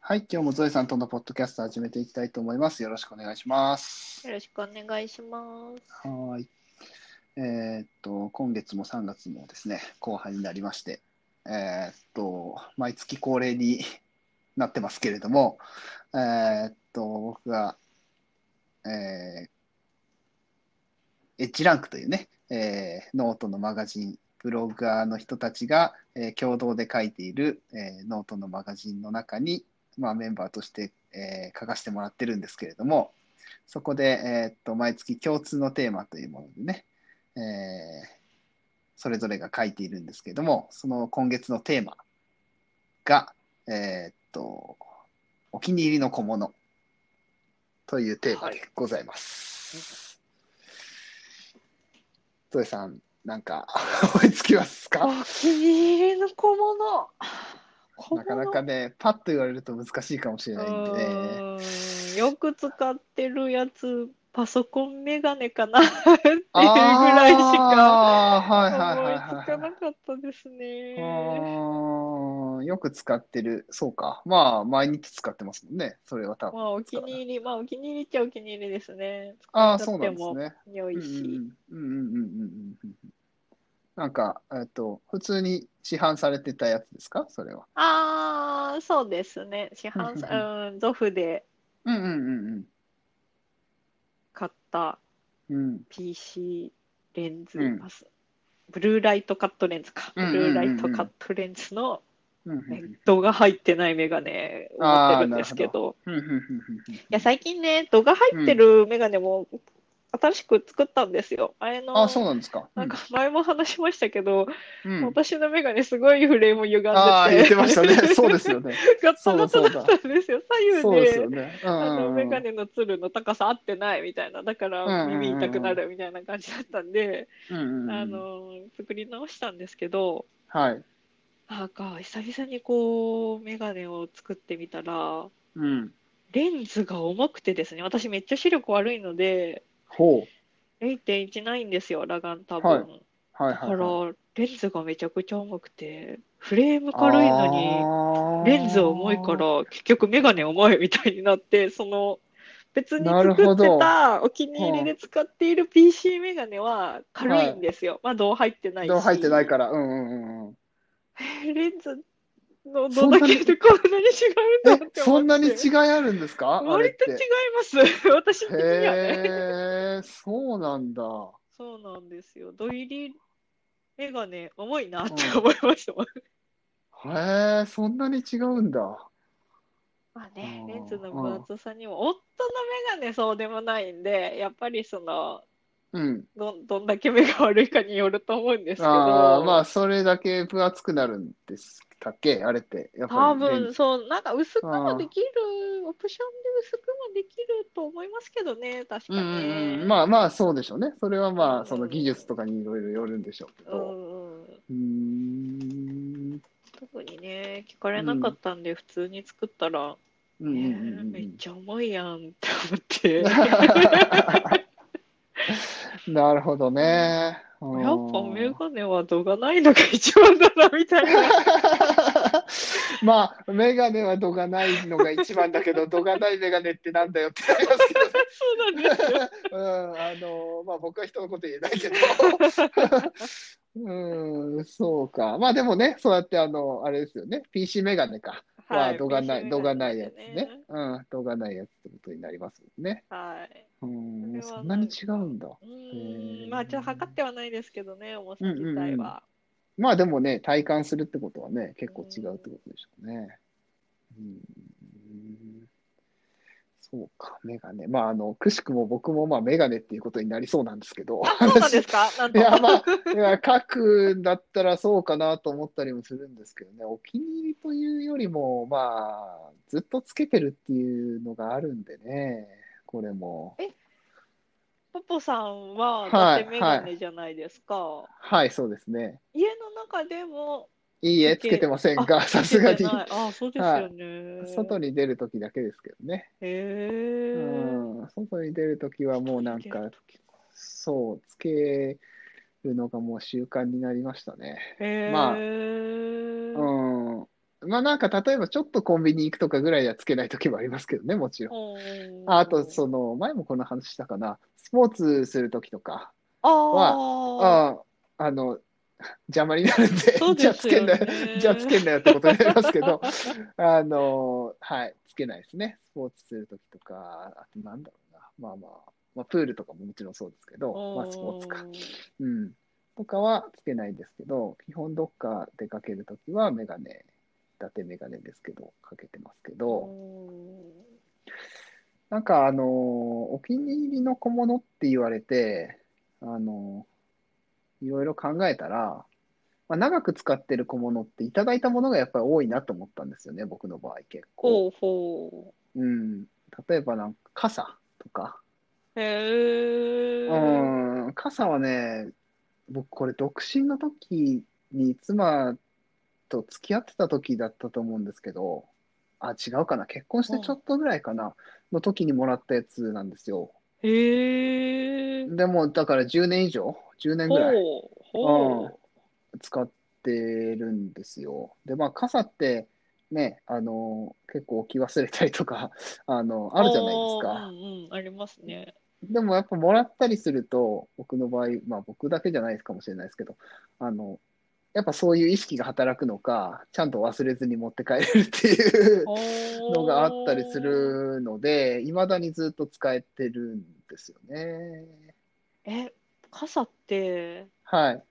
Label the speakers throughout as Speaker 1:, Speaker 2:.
Speaker 1: はい、今日もゾエさんとのポッドキャスト始めていきたいと思います。よろしくお願いします。
Speaker 2: よろしくお願いします。
Speaker 1: はーい。えーっと、今月も3月もですね、後半になりまして、えーっと、毎月恒例になってますけれども、えーっと、僕が、えーエッジランクというね、えーノートのマガジン、ブロガーの人たちが、えー共同で書いている、えーノートのマガジンの中に、まあ、メンバーとして、えー書かせてもらってるんですけれども、そこで、えーっと毎月共通のテーマというものでね、えーそれぞれが書いているんですけれども、その今月のテーマが、えーっとお気に入りの小物というテーマでございます。ゾエさん、なんか 思いつきますか
Speaker 2: お気に入りの小物。小
Speaker 1: なかなかね、パッと言われると難しいかもしれないんでね。
Speaker 2: うーんよく使ってるやつ、パソコンメガネかなっていうぐ
Speaker 1: あー
Speaker 2: らいしか
Speaker 1: はいはいはい
Speaker 2: 思いつ
Speaker 1: はい
Speaker 2: かなかったですね。
Speaker 1: あーよく使ってる。そうか。まあ、毎日使ってますもんね。それは多分。
Speaker 2: まあお気に入り、まあお気に入りっちゃお気に入りですね。
Speaker 1: ああ、そうなんですね。
Speaker 2: 良い
Speaker 1: う
Speaker 2: し。
Speaker 1: んうんうんうんうんうんうん。なんか、えっと、普通に市販されてたやつですかそれは。
Speaker 2: ああ、そうですね。市販
Speaker 1: うんう
Speaker 2: さ、うん、ゾフで
Speaker 1: うんうんうん
Speaker 2: 買った
Speaker 1: うん。うん。
Speaker 2: PC レンズ
Speaker 1: うん
Speaker 2: パス、ブルーライトカットレンズか、
Speaker 1: うんうん
Speaker 2: ブ
Speaker 1: うんうん
Speaker 2: ルーライトカットレンズの
Speaker 1: うんうん
Speaker 2: ネットが入ってないメガネを持ってるんですけど
Speaker 1: うんうんうん
Speaker 2: いや最近ね度が入ってるメガネも新しく作ったんですよあれ
Speaker 1: うん
Speaker 2: の
Speaker 1: ああ、そうなんですか。
Speaker 2: なんか前も話しましたけど、
Speaker 1: うんうん
Speaker 2: 私のメガネすごいフレーム歪んでて
Speaker 1: ああ、言ってました ね。そうですよね。
Speaker 2: ガッツガツ
Speaker 1: そうだそ
Speaker 2: だ
Speaker 1: う
Speaker 2: っ
Speaker 1: だ
Speaker 2: たんですよ左
Speaker 1: そう
Speaker 2: 右
Speaker 1: で
Speaker 2: です
Speaker 1: よね。うん
Speaker 2: あの
Speaker 1: うんう
Speaker 2: メガ
Speaker 1: ん。
Speaker 2: ネのつるの高さ合ってないみたいなだか
Speaker 1: うんうん
Speaker 2: ら
Speaker 1: うんうん
Speaker 2: 耳痛くなるみたいな感じだったんで、
Speaker 1: うんうんうん
Speaker 2: あの作り直したんですけど
Speaker 1: はい。
Speaker 2: なんか久々にこうメガネを作ってみたら
Speaker 1: うん。
Speaker 2: レンズが重くてですね私めっちゃ視力悪いので
Speaker 1: ほ
Speaker 2: 0.1ないんですよ裸眼多
Speaker 1: はい
Speaker 2: 分
Speaker 1: う。はい
Speaker 2: だ
Speaker 1: はい
Speaker 2: か
Speaker 1: はい。
Speaker 2: らレンズがめちゃくちゃ重くてフレーム軽いの
Speaker 1: の
Speaker 2: にレンズ重いから結局メガネ重いみたいになってその別に
Speaker 1: なる
Speaker 2: 作
Speaker 1: ほ
Speaker 2: っ
Speaker 1: ど
Speaker 2: てたお気に入りで使っている PC メガネは軽いんですよまあ銅入ってないし
Speaker 1: どう入ってないから。うんうんうんうん。
Speaker 2: レンズの
Speaker 1: そ
Speaker 2: ど
Speaker 1: んな
Speaker 2: だ
Speaker 1: に
Speaker 2: けでこんなに違うんだって思って
Speaker 1: え、そんなに違いあるんですかあれ
Speaker 2: 割
Speaker 1: っ
Speaker 2: と違い
Speaker 1: て。
Speaker 2: ます。 私的にはね。
Speaker 1: へえ、そうなんだ。
Speaker 2: そうなんですよ。土入りメガネ重いなって思いましたもん。
Speaker 1: へえ、そんなに違うんだ。
Speaker 2: まあね
Speaker 1: う、ん
Speaker 2: レンズの分厚さにも、夫のメガネそうでもないんで、やっぱりその、
Speaker 1: うん。
Speaker 2: どんどんだけ目が悪いかによると思うんですけど、
Speaker 1: ああ、まあ、それだけ分厚くなるんですたっけあれって。やっぱ
Speaker 2: 多
Speaker 1: りレン
Speaker 2: 分
Speaker 1: ズ。
Speaker 2: そう、なんか薄く
Speaker 1: あー
Speaker 2: もできる、オプションで薄くもできると思いますけどね、確か
Speaker 1: うんうんう
Speaker 2: ね。
Speaker 1: ん。まあまあ、そうでしょうね。それはま
Speaker 2: う
Speaker 1: あ、
Speaker 2: ん
Speaker 1: その技術とかにいろいろよるんでしょうけ
Speaker 2: う
Speaker 1: ど。
Speaker 2: んうん。
Speaker 1: うーん。
Speaker 2: 特にね、聞かれなかったんで、普通に作ったら、
Speaker 1: うんうんうんうんうん
Speaker 2: めっちゃ重いやんって 思って、やっ
Speaker 1: なるほどね。うん
Speaker 2: ぱメガネは度がないのが一番だなみたいな。
Speaker 1: まあ、メガネは度がないのが一番だけど、度がないメガネってなんだよってなりますけどね。
Speaker 2: そうなんですよ。
Speaker 1: うん、あの、まあ僕は人のこと言えないけど。 うん、そうか。まあでもね、そうやってあの、あれですよね。PC メガネか。は、度がない、度がないやつね。。うん、度がないやつってことになりますもんね。
Speaker 2: はい。
Speaker 1: うん、
Speaker 2: それ
Speaker 1: そ
Speaker 2: は
Speaker 1: んなに違うんだ。
Speaker 2: う
Speaker 1: へ
Speaker 2: ー
Speaker 1: ー
Speaker 2: ん、まあちょっと測ってはないですけどね、重さ自体 は。
Speaker 1: まあでもね、体感するってことはね、結構違うってことでしょうね。うん、そうか、メガネ。まあ、あの、くしくも僕もまあメガネっていうことになりそうなんですけど、
Speaker 2: あ、そうな んですかなんと。
Speaker 1: いや、まあ、いや書くんだったらそうかなと思ったりもするんですけどね、お気に入りというよりも、まあ、ずっとつけてるっていうのがあるんでね、これも。
Speaker 2: ポポさんは、だ
Speaker 1: は
Speaker 2: っ
Speaker 1: い
Speaker 2: てメガネじゃないですか。
Speaker 1: はい、そうですね。
Speaker 2: 家の中でも、
Speaker 1: いいえ、つけてませんが、さすがに
Speaker 2: つけて。ないあ、そうですよね。
Speaker 1: 外に出るときだけですけどね。
Speaker 2: へー
Speaker 1: うん、外に出るときはもうなん
Speaker 2: 外
Speaker 1: か
Speaker 2: に出る、
Speaker 1: そう、つけるのがもう習慣になりましたね。
Speaker 2: へー
Speaker 1: まあう、
Speaker 2: うん
Speaker 1: まあなんか例えばちょっとコンビニ行くとかぐらいはつけない時もありますけどね、もちろん。
Speaker 2: うん
Speaker 1: ああと、その、前もこの話したかな、スポーツする時とか
Speaker 2: ああ
Speaker 1: は、ああの、邪魔になるんで、
Speaker 2: そう
Speaker 1: じゃあ
Speaker 2: で
Speaker 1: つ
Speaker 2: す
Speaker 1: け
Speaker 2: よ
Speaker 1: んな
Speaker 2: ね
Speaker 1: よ、じゃあつけんなよってことになりますけ ど、あの、はい、つけないですね。スポーツする時とか、あとなんだろうな、まあまあ、まあ、プールとかももちろんそうですけど、まあスポーツか。うん。とかはつけないですけど、基本どっか出かけるときはメガネ、伊達メガネですけど、かけてますけ
Speaker 2: う
Speaker 1: ど、
Speaker 2: ん
Speaker 1: なんかあのーお気に入りの小物って言われて、あのーいろいろ考えたら、まあ、長く使ってる小物っていただいたものがやっぱり多いなと思ったんですよね、僕の場合結構。
Speaker 2: ほうほ
Speaker 1: うん。例えばなんか傘とか。
Speaker 2: う。へえ。
Speaker 1: うん、傘はね、僕これ独身の時に妻と付き合ってた時だったと思うんですけど、あ、違うかな。結婚してちょっとぐらいかな、の時にもらったやつなんですよ。
Speaker 2: へえ。
Speaker 1: でも、だから10年以上、10年ぐらい
Speaker 2: ほうほう。
Speaker 1: 使ってるんですよ。で、まあ、傘ってね、あの、結構置き忘れたりとか、 あの、あるじゃないです
Speaker 2: あー
Speaker 1: か。
Speaker 2: うんうん、ありますね。
Speaker 1: でも、やっぱもらったりすると、僕の場合、まあ、僕だけじゃないかもしれないですけど、あの、やっぱそういう意識が働くのか、ちゃんと忘れずに持って帰れるっていうの
Speaker 2: の
Speaker 1: があったりす。るので、いまだにずっと使えてるんですよね。
Speaker 2: え、傘って
Speaker 1: はい。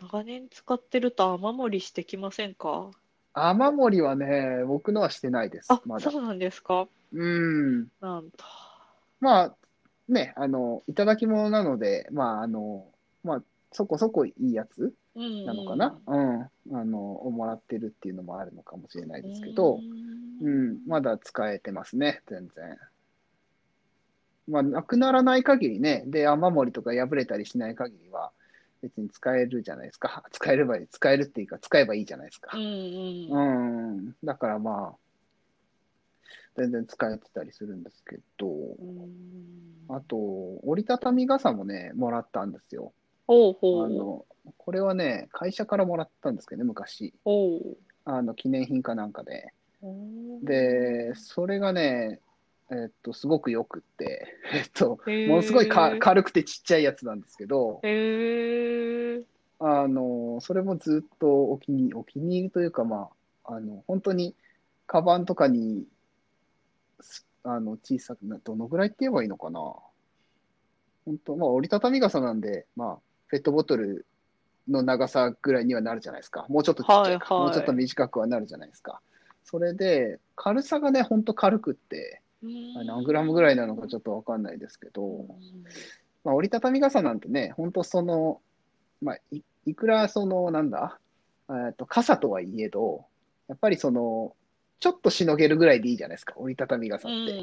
Speaker 2: 長年使ってると雨漏りしてきませんか
Speaker 1: 雨漏りはね、僕のはしてないです、
Speaker 2: あ、
Speaker 1: まだ。
Speaker 2: そうなんですか
Speaker 1: うん。
Speaker 2: なんと。
Speaker 1: まあ、ね、あの、いただき物なので、まあ、あの、まあ、そこそこいいやつ
Speaker 2: な
Speaker 1: なのかな。うん。あの、もらってるっていうのもあるのかもしれないですけど、うん、まだ使えてますね、全然。まあ、なくならない限りね、で、雨漏りとか破れたりしない限りは、別に使えるじゃないですか。使えればいい、使えるっていうか、使えばいいじゃないですか
Speaker 2: う。んうん。
Speaker 1: うん、だからまあ、全然使えてたりするんですけど、
Speaker 2: うん
Speaker 1: あと、折りたたみ傘もね、もらったんですよ。
Speaker 2: ほう
Speaker 1: あ
Speaker 2: ほう。
Speaker 1: の、これはね、会社からもらったんですけどね、昔。
Speaker 2: ほう
Speaker 1: あの、記念品かなんかで。
Speaker 2: うん
Speaker 1: で、それがね、えっと、すごくよくって、えっと、
Speaker 2: へー
Speaker 1: ものすごいか軽くてちっちゃいやつなんですけど、
Speaker 2: へえ。
Speaker 1: あの、それもずっとお気に、お気に入りというか、まあ、あの、本当に、カバンとかに、すあの、小さくな、どのぐらいって言えばいいのかな。本当、まあ、折りたたみ傘なんで、まあ、ペットボトルの長さぐらいにはなるじゃないですか。もうちょっとちっちゃいか、
Speaker 2: はいは
Speaker 1: もう
Speaker 2: い
Speaker 1: ちょっと短くはなるじゃないですか。それで、軽さがね、本当軽くって、あれ何グラムぐらいなのかちょっとわかんないですけど、まあ、折りたたみ傘なんてね、本当その、まあ、いいくらその、なんだ、えーと、傘とはいえど、やっぱりその、ちょっとしのげるぐらいでいいじゃないですか、折りたたみ傘
Speaker 2: う
Speaker 1: っ
Speaker 2: ん
Speaker 1: て。
Speaker 2: う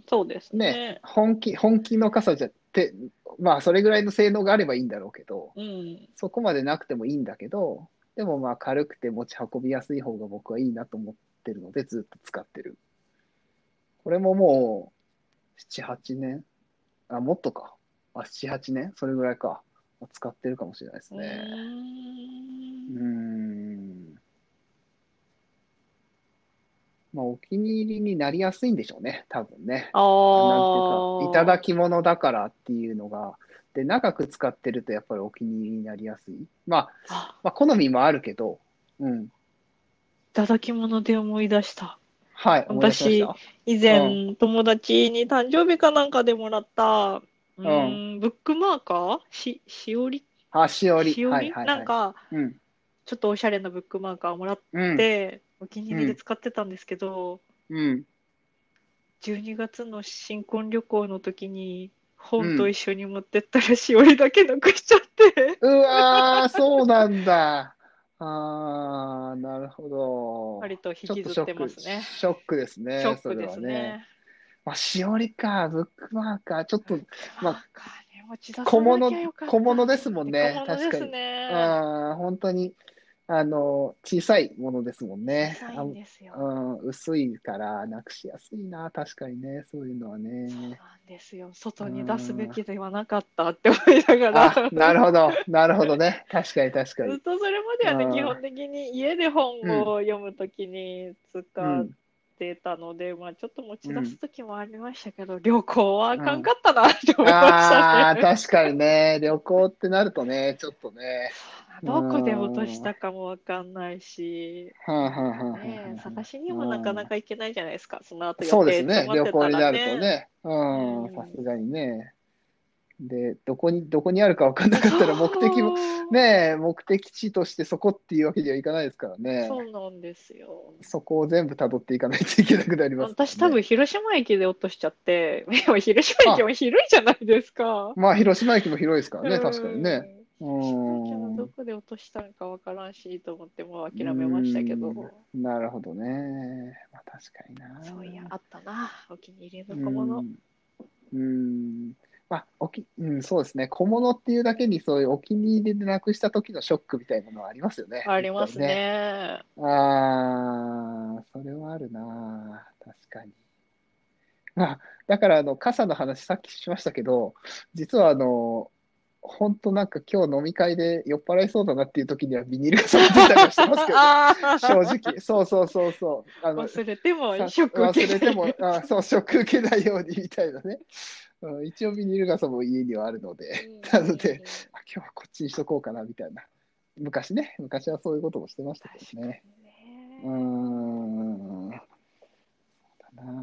Speaker 2: ん、そうですね。
Speaker 1: 本気、本気の傘じゃって、まあ、それぐらいの性能があればいいんだろうけど、
Speaker 2: うん。
Speaker 1: そこまでなくてもいいんだけど、でもまあ、軽くて持ち運びやすい方が僕はいいなと思ってるので、ずっと使ってる。これももう、7、8年あ、もっとか。あ、7、8年それぐらいか。使ってるかもしれないですね。うーん。まあ、お気に入りになりやすいんでしょうね、多分ね。
Speaker 2: あ
Speaker 1: なんていうか、いただ
Speaker 2: き。
Speaker 1: き物だからっていうのが、で、長く使ってるとやっぱりお気に入りになりやすい。まあ、
Speaker 2: あ
Speaker 1: まあ、好みもあるけど、うん。
Speaker 2: いただき物で思い出した。
Speaker 1: はい、思い出しました。
Speaker 2: 以前、友達に誕生日かなんかでもらった、うーん、ブックマーカーし、しおり
Speaker 1: あ、しおり。
Speaker 2: しお
Speaker 1: はい
Speaker 2: り
Speaker 1: はい
Speaker 2: なん
Speaker 1: は
Speaker 2: か、
Speaker 1: い。うん。
Speaker 2: ちょっとおしゃれなブックマーカーもらっ
Speaker 1: うん。
Speaker 2: て、お気に入りで使ってたんですけど、
Speaker 1: うん。
Speaker 2: 12月の新婚旅行の時に、本と一緒に持ってったらしおりだけなくしちゃって、
Speaker 1: うわー、そうなんだ。あー、なるほど。
Speaker 2: 割と
Speaker 1: ちょっ
Speaker 2: 引き
Speaker 1: と
Speaker 2: ず
Speaker 1: ショ
Speaker 2: ってま
Speaker 1: ック、
Speaker 2: すね。
Speaker 1: ショックですね、
Speaker 2: ショッ
Speaker 1: そ
Speaker 2: ク
Speaker 1: れ
Speaker 2: で
Speaker 1: は
Speaker 2: す
Speaker 1: ね。
Speaker 2: ね。
Speaker 1: まあ、しおりか、ブックマーカー、ちょっと、まあ
Speaker 2: なんかね持ち出さなきゃ
Speaker 1: 小物
Speaker 2: よかっ、た
Speaker 1: 小物ですもんね、
Speaker 2: 小物
Speaker 1: 確
Speaker 2: で
Speaker 1: か
Speaker 2: す
Speaker 1: に。
Speaker 2: ね。
Speaker 1: あー、本当に、あの、小さいものですもんね。
Speaker 2: 小さいんですよ
Speaker 1: あ。うん、薄いからなくしやすいな、確かにね、そういうのは
Speaker 2: そうなん
Speaker 1: ね。
Speaker 2: ですよ。外に出すべきではなかったって思いなが
Speaker 1: あ
Speaker 2: ら、、
Speaker 1: なるほど、なるほどね。確かに確か
Speaker 2: ずっ
Speaker 1: に。
Speaker 2: とそれまでは
Speaker 1: うん
Speaker 2: ね、基本的に家で本を読むときに
Speaker 1: う
Speaker 2: 使っ
Speaker 1: ん、
Speaker 2: てたので、まあちょっと持ち出すときもありましたけど、旅行はあかんかったなって思いま
Speaker 1: あ
Speaker 2: した
Speaker 1: あ、
Speaker 2: ね。
Speaker 1: 確かにね、旅行ってなるとね、ちょっとね。
Speaker 2: どこで落としたかもわかんないし、
Speaker 1: はんはんはんはんは
Speaker 2: ね
Speaker 1: ん、
Speaker 2: 探しにもなかなか行けないじゃないですか、その後
Speaker 1: そうで
Speaker 2: 予定
Speaker 1: す
Speaker 2: 詰
Speaker 1: ね、
Speaker 2: ま
Speaker 1: 旅
Speaker 2: って
Speaker 1: 行
Speaker 2: た
Speaker 1: にな
Speaker 2: ら
Speaker 1: ると
Speaker 2: ね。
Speaker 1: ね。う、
Speaker 2: うんん
Speaker 1: さすがにね。で、どこに、どこにあるか分かんなかったら目的も、
Speaker 2: そう
Speaker 1: ねえ、目的地としてそこっていうわけにはいかないですからね。
Speaker 2: そうなんですよ。
Speaker 1: そこを全部辿っていかないといけなくなりますもんね
Speaker 2: 私多分広島駅で落としちゃって、 でも広島駅も広いじゃないですか。
Speaker 1: まあ、広島駅も広いですからね、
Speaker 2: うん
Speaker 1: 確かにね。。う
Speaker 2: だけど
Speaker 1: ん
Speaker 2: ど。こで落としたのかわからんしと思ってもう諦めましたけど、
Speaker 1: うんなるほどね。まあ、確かにな。
Speaker 2: そういやあったなお気に入りの小物、
Speaker 1: うん。うんまあ、おき、うん、そうですね。小物っていうだけに、そういうお気に入りでなくした時のショックみたいなのはありますよね。
Speaker 2: ありますね
Speaker 1: やっぱりね。ああ、それはあるな。確かに。まあ、だから、あの、傘の話さっきしましたけど、実は、あの、本当なんか今日飲み会で酔っ払いそうだなっていう時にはビニール傘持ってたりはしてます けどね、
Speaker 2: ああ
Speaker 1: 正直。そうそうそうそう。あの、
Speaker 2: 忘れても
Speaker 1: さ
Speaker 2: ショック受け
Speaker 1: 忘れても、あそう、ショック受けないようにみたいなね。うん一応ビニール傘も家にはあるので、なので、あ今日はこっちにしとこうかなみたいな。昔ね、昔はそういうこともしてましたけ
Speaker 2: 確
Speaker 1: ど
Speaker 2: かに
Speaker 1: ね
Speaker 2: ね。
Speaker 1: うーん。そうだな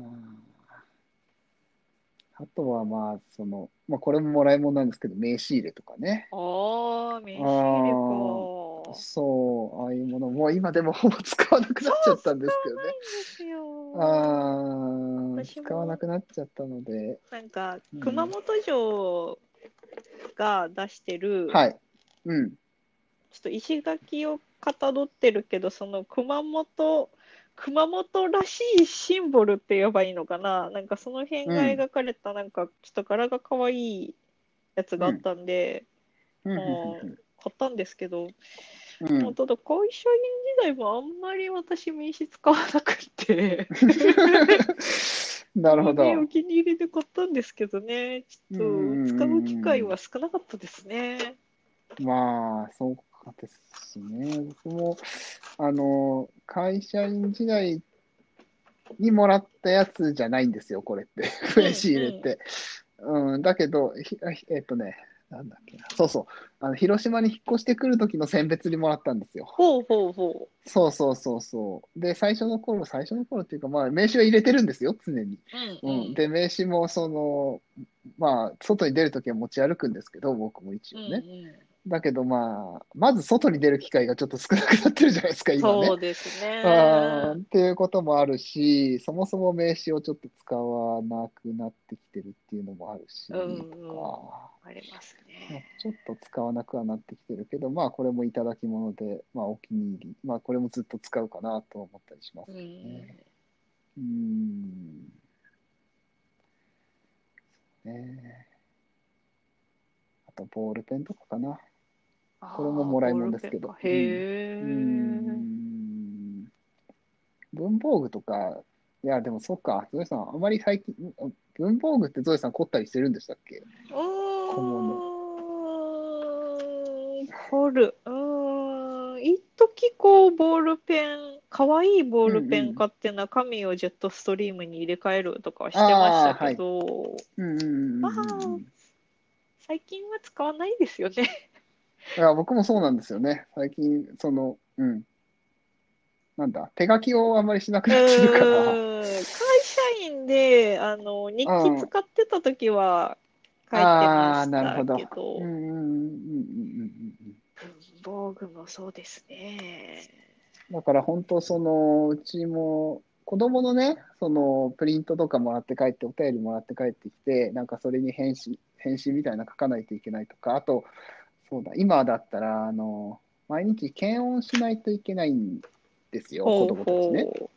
Speaker 1: あとはまあ、その、まあこれももらい物なんですけど、名刺入れとかね。
Speaker 2: おー名刺入れか
Speaker 1: そう、ああいうもの、もう今でもほぼ使わなくなっちゃったんですけどね。
Speaker 2: ですよ
Speaker 1: ああ、
Speaker 2: 私も
Speaker 1: 使わなくなっちゃったので、
Speaker 2: なんか
Speaker 1: うん
Speaker 2: 熊本城が出してる、
Speaker 1: はい。うん。
Speaker 2: ちょっと石垣をかたどってるけど、その熊本、熊本らしいシンボルって言えばいいのかな、なんかその辺が描かれた、なんかちょっと柄が可愛いやつがあったんで、
Speaker 1: うん
Speaker 2: もう買ったんですけ
Speaker 1: う
Speaker 2: ど、
Speaker 1: んうん
Speaker 2: もうただ会社員時代もあんまり私、名刺使わなくて、
Speaker 1: うん。なるほど。
Speaker 2: ねお気に入りで買ったんですけどね、ちょっと使う機会は少なかったですね。
Speaker 1: まあ、そうかですね。僕も、あの、会社員時代にもらったやつじゃないんですよ、これって。
Speaker 2: うん
Speaker 1: 名刺入れって。うん、だけど、ひえっとね、なんだっけな。そうそう。あの、広島に引っ越してくる時の選別にもらったんですよ。
Speaker 2: ほうほうほ
Speaker 1: そうそうそうそう。で、最初の頃、最初の頃っていうか、まあ、名刺は入れてるんですよ、常に。
Speaker 2: う。うん
Speaker 1: う
Speaker 2: うん
Speaker 1: ん、で、名刺も、その、まあ、外に出るときは持ち歩くんですけど、僕も一応ね。
Speaker 2: うんうん
Speaker 1: だけど、まあ、まず外に出る機会がちょっと少なくなってるじゃないですか、今ね。
Speaker 2: そうですね。
Speaker 1: あーっていうこともあるし、そもそも名刺をちょっと使わなくなってきてるっていうのもあるし、
Speaker 2: うん
Speaker 1: とか
Speaker 2: あります
Speaker 1: まあ
Speaker 2: ね。
Speaker 1: ちょっと使わなくはなってきてるけど、まあ、これもいただき物で、まあ、お気に入り、まあ、これもずっと使うかなと思ったりします
Speaker 2: う
Speaker 1: ね。
Speaker 2: ん。
Speaker 1: うーん。ねえあと、ボールペンとかかな。これももらいもんですけど
Speaker 2: あーボールペ
Speaker 1: うー
Speaker 2: ン
Speaker 1: ん。文房具とか、いや、でもそっか、ゾエさん、あまり最近、うん文房具ってゾエさん凝ったりしてるんでしたっけ
Speaker 2: かへえ。うーん。凝る。うーん。一時こう、ボールペン、可愛いボールペン買って中身をジェットストリームに入れ替えるとかはしてましたけど、
Speaker 1: うんうんうん
Speaker 2: まあ
Speaker 1: うんうん。い、
Speaker 2: 最近は使わないですよね。
Speaker 1: や、僕もそうなんですよね。最近、その、うん。なんだ、手書きをあんまりしなく
Speaker 2: う
Speaker 1: なってるから。
Speaker 2: ーん会社員であの日記使ってた時は書い
Speaker 1: あ
Speaker 2: てま
Speaker 1: あ、
Speaker 2: し
Speaker 1: なるほど
Speaker 2: たけど
Speaker 1: うんうんうんうん
Speaker 2: 文房具もそうですね。
Speaker 1: うん。だから本当そのうちも子供のね、そのプリントとかもらって帰ってお便りもらって帰ってきて、なんかそれに返信返信みたいなの書かないといけないとか、あとそうだ今だったらあの毎日検温しないといけないんですよ、子供たちね。
Speaker 2: ほ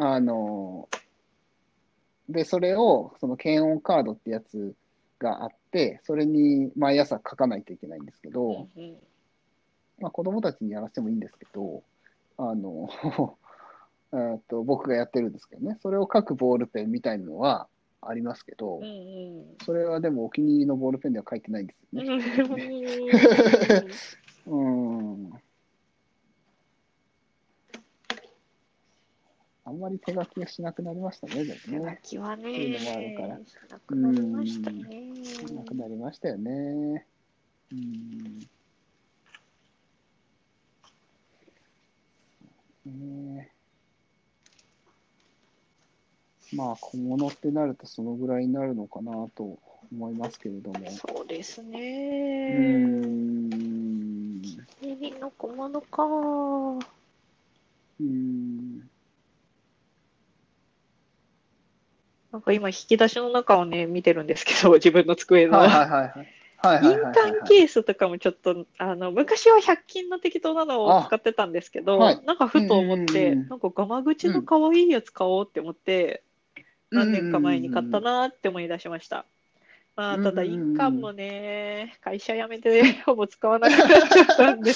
Speaker 1: あのでそれをその検温カードってやつがあって、それに毎朝書かないといけないんですけ
Speaker 2: う
Speaker 1: ど。
Speaker 2: ほう。うんうん
Speaker 1: まあ、子供たちにやらせてもいいんですけど、あの、 えーっと僕がやってるんですけどね、それを書くボールペンみたいなのはありますけど、
Speaker 2: うんうん。
Speaker 1: それはでもお気に入りのボールペンでは書いてないんですよね。うんあんまり手書きがしなくなりましたね、でもね。
Speaker 2: 気はね、
Speaker 1: いうのもあるから
Speaker 2: なくなりましたね。
Speaker 1: しなくなりましたよね。うん。ねえまあ、小物ってなるとそのぐらいになるのかなと思いますけれども。
Speaker 2: そうです
Speaker 1: う
Speaker 2: ね。
Speaker 1: ん。
Speaker 2: ネギの小物か。
Speaker 1: うん。
Speaker 2: なんか今引き出しの中をね、見てるんですけど、自分の机の。
Speaker 1: はいはいはいはい。はいはい
Speaker 2: 印
Speaker 1: はいはい
Speaker 2: 鑑ケースとかもちょっと、あの、昔は100均の適当なのを使ってたんですけど、
Speaker 1: あはい
Speaker 2: なんかふと思っ
Speaker 1: うん
Speaker 2: て、
Speaker 1: うんうん
Speaker 2: なんかガマ口の可愛いやつ買おうって思って、何年か前に買ったなーって思い出しました。まあ、ただ
Speaker 1: うんうんうん
Speaker 2: 印鑑もね、会社辞めて ほぼ使わなくなっちゃったんで、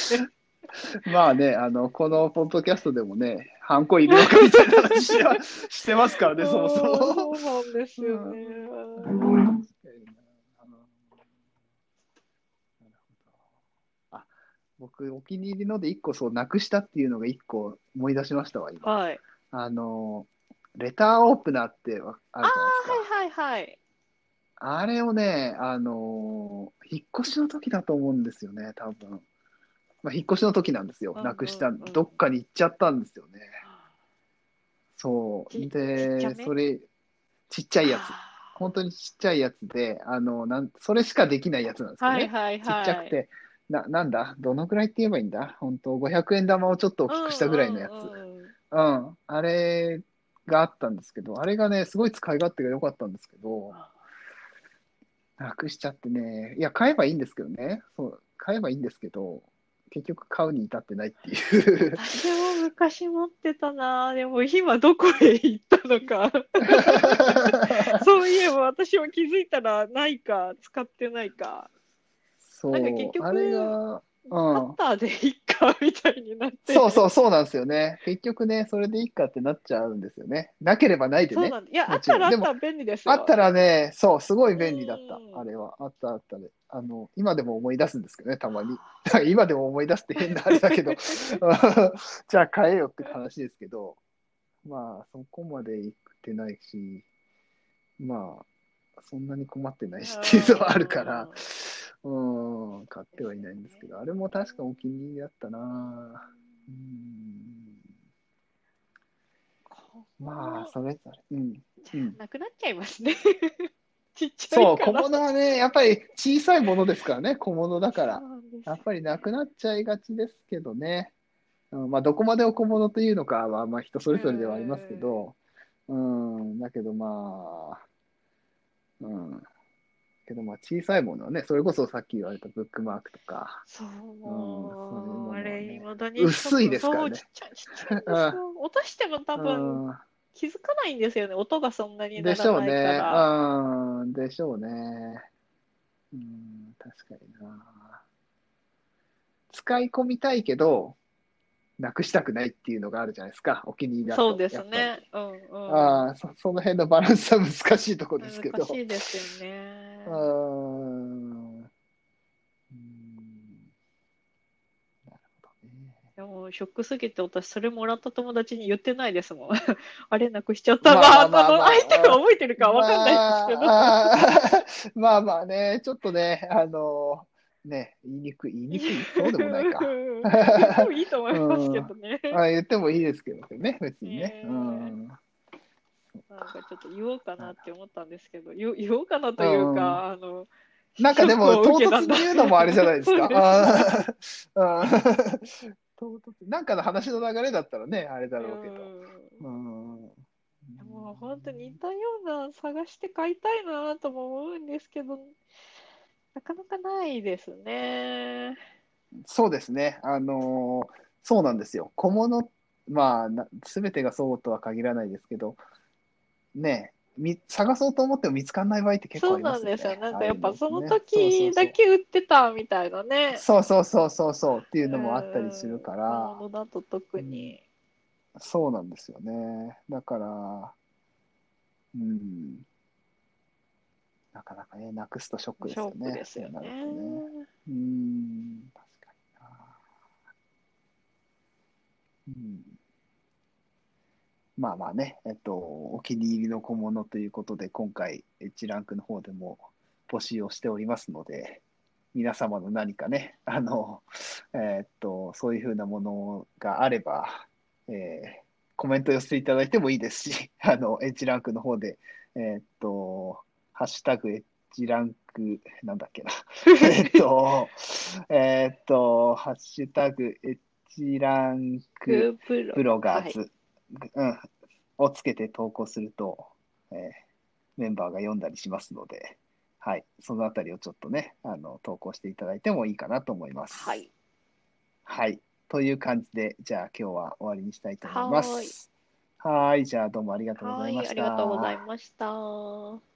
Speaker 1: まあね、あの、このポッドキャストでもね、ハンコ入れようかみたいな話はしてますから ね、そもそも。
Speaker 2: そうなんですよね。
Speaker 1: あ僕、お気に入りので一個そうなくしたっていうのが一個思い出しましたわ、今。
Speaker 2: はい。
Speaker 1: あの、レターオープナーってわあ
Speaker 2: あ
Speaker 1: る
Speaker 2: あ
Speaker 1: じゃないですか。
Speaker 2: ー、はいはいはい。
Speaker 1: あれをね、あのー引っ越しの時だと思うんですよね、多分。まあ、引っ越しの時なんですよ。
Speaker 2: うんうんうん
Speaker 1: なくした、どっかに行っちゃったんですよね。そう。
Speaker 2: ちちっちゃ
Speaker 1: で、
Speaker 2: め
Speaker 1: それ、ちっちゃいやつ。本当にちっちゃいやつで、あの、なん、それしかできないやつなんですよ
Speaker 2: はい
Speaker 1: ね。
Speaker 2: はい
Speaker 1: ち
Speaker 2: はい。
Speaker 1: っちゃくて。な、なんだどのくらいって言えばいいんだ本当500円玉をちょっと大きくしたぐらいのやつ。
Speaker 2: うんうんうん
Speaker 1: うん、あれがあったんですけど、あれがね、すごい使い勝手が良かったんですけど、なくしちゃってね、いや、買えばいいんですけどね、そう、買えばいいんですけど、結局買うに至ってないっていう。
Speaker 2: 私も昔持ってたなでも今どこへ行ったの かそういえば私も気づいたらないか使ってないか
Speaker 1: そう、
Speaker 2: なんか結局
Speaker 1: あれが、
Speaker 2: カ
Speaker 1: う
Speaker 2: ッ
Speaker 1: ん。
Speaker 2: ターでいっかみたいになって
Speaker 1: そうそう、そうなんですよね。結局ね、それでいいかってなっちゃうんですよね。なければないで
Speaker 2: そう
Speaker 1: ね。
Speaker 2: なんだいやあ
Speaker 1: も
Speaker 2: っ
Speaker 1: ちろ
Speaker 2: た
Speaker 1: ん
Speaker 2: らあったら便利ですよ
Speaker 1: あったらね、そう、すごい便利だった
Speaker 2: う。ん
Speaker 1: あれは。あったあったで。あの、今でも思い出すんですけどね、たまに。だから 今でも思い出すって変なあれだけ ど。じゃあ変えよって話ですけど。まあ、そこまで行ってないし、まあ、そんなに困ってないしっていうのはあるから、うん、買ってはいないんですけど、あれも確かお気に入りだったなうん。まあ、それぞれ。うん。うん
Speaker 2: なくなっちゃいますね ちっちゃい
Speaker 1: そう、
Speaker 2: か
Speaker 1: 小
Speaker 2: ら
Speaker 1: 物はね、やっぱり小さいものですから ね、小物だから
Speaker 2: そう。なんです
Speaker 1: やっぱりなくなっちゃいがちですけどね。うんまあ、どこまでを小物というのかは、まあ、人それぞれではありますけど、うん、だけどまあ、うん。けどまあ、小さいものはね、それこそさっき言われたブックマークとか、
Speaker 2: そう、
Speaker 1: そういうのも
Speaker 2: あ
Speaker 1: ね
Speaker 2: れ、未だに
Speaker 1: 薄いですからね
Speaker 2: そうちっちゃい、ちっちゃいんですよ。落としても多分
Speaker 1: うん
Speaker 2: 気づかないんですよね。音がそんなにな
Speaker 1: でし
Speaker 2: ら
Speaker 1: ょう
Speaker 2: ないか
Speaker 1: ね。
Speaker 2: ら。
Speaker 1: うん、でしょうね。うん、確かにな。使い込みたいけど、なくしたくないっていうのがあるじゃないですか、お気に入りだと。
Speaker 2: そうです
Speaker 1: やっ
Speaker 2: ね。うん
Speaker 1: ぱ
Speaker 2: う
Speaker 1: り。
Speaker 2: ん。
Speaker 1: ああ、そその辺のバランスは難しいところですけ
Speaker 2: 難
Speaker 1: ど。
Speaker 2: しいですよね。
Speaker 1: うん。うんなるほどね。
Speaker 2: でも、ショックすぎて、私、それもらった友達に言ってないです もん。あれ、なくしちゃった
Speaker 1: ま
Speaker 2: な。
Speaker 1: あまあまあまあ
Speaker 2: 相手が覚えてるかわかんないですけど。
Speaker 1: まああー まあまあね、ちょっとね、あのね、言いにくい、言いにくい、そうでもないか。
Speaker 2: でもいいと思いますけどね。
Speaker 1: あ言ってもいいですけどね、別にね。
Speaker 2: ね
Speaker 1: うん、
Speaker 2: なんかちょっと言おうかなって思ったんですけど、言お言おうかなというか、あの、
Speaker 1: なんかで
Speaker 2: ショ
Speaker 1: も、
Speaker 2: ックを
Speaker 1: 唐
Speaker 2: 受けた
Speaker 1: 突
Speaker 2: ん
Speaker 1: に
Speaker 2: だ
Speaker 1: 言うのもあれじゃないです
Speaker 2: そう
Speaker 1: か。あー うん唐突なんかの話の流れだったらね、あれだろうけど。
Speaker 2: う
Speaker 1: うん
Speaker 2: んもう本当に似たような探して買いたいなとも思うんですけど、なかなかないですね。
Speaker 1: そうですね、あのーそうなんですよ、小物、まあ、すべてがそうとは限らないですけど、ねえ、み探そうと思っても見つからない場合って結構
Speaker 2: そ
Speaker 1: あ
Speaker 2: う
Speaker 1: りま
Speaker 2: な
Speaker 1: す
Speaker 2: ん
Speaker 1: よね。
Speaker 2: ですよ。なんかやっぱその
Speaker 1: ああいう
Speaker 2: 時
Speaker 1: のね
Speaker 2: だ。け売ってたみたいなね。
Speaker 1: そうそうそうそうそうそうそうっていうのもあったりするか
Speaker 2: うん
Speaker 1: ら、
Speaker 2: 熊本だと特に。
Speaker 1: そうなんですよね。だから、うん。なかなかね、なくすとショックで
Speaker 2: シ
Speaker 1: す
Speaker 2: ョ
Speaker 1: よ
Speaker 2: ック
Speaker 1: ね。
Speaker 2: ですよ
Speaker 1: そう
Speaker 2: ね
Speaker 1: なるとね。うん、確かにな。うん。まあまあね、えっと、お気に入りの小物ということで、今回、H ランクの方でも募集をしておりますので、皆様の何かね、あの、えっと、そういうふうなものがあれば、えーコメント寄せていただいてもいいですし、 あの、H ランクの方で、えっと、ハッシュタグ H ランク、なんだっけな、えっと、えっと、ハッシュタグ、エッチランク
Speaker 2: グープロ
Speaker 1: ブロガーズ、うん、をつけて投稿すると、えーメンバーが読んだりしますので、はい、そのあたりをちょっとね、あの、投稿していただいてもいいかなと思います。
Speaker 2: はい。
Speaker 1: はい。という感じで、じゃあ今日は終わりにしたいと思いま
Speaker 2: はーい
Speaker 1: す。はーい。じゃあどうもありがとうご
Speaker 2: は
Speaker 1: ざい
Speaker 2: い、
Speaker 1: ま
Speaker 2: あ
Speaker 1: し
Speaker 2: りがとうご
Speaker 1: た
Speaker 2: ざい。ました。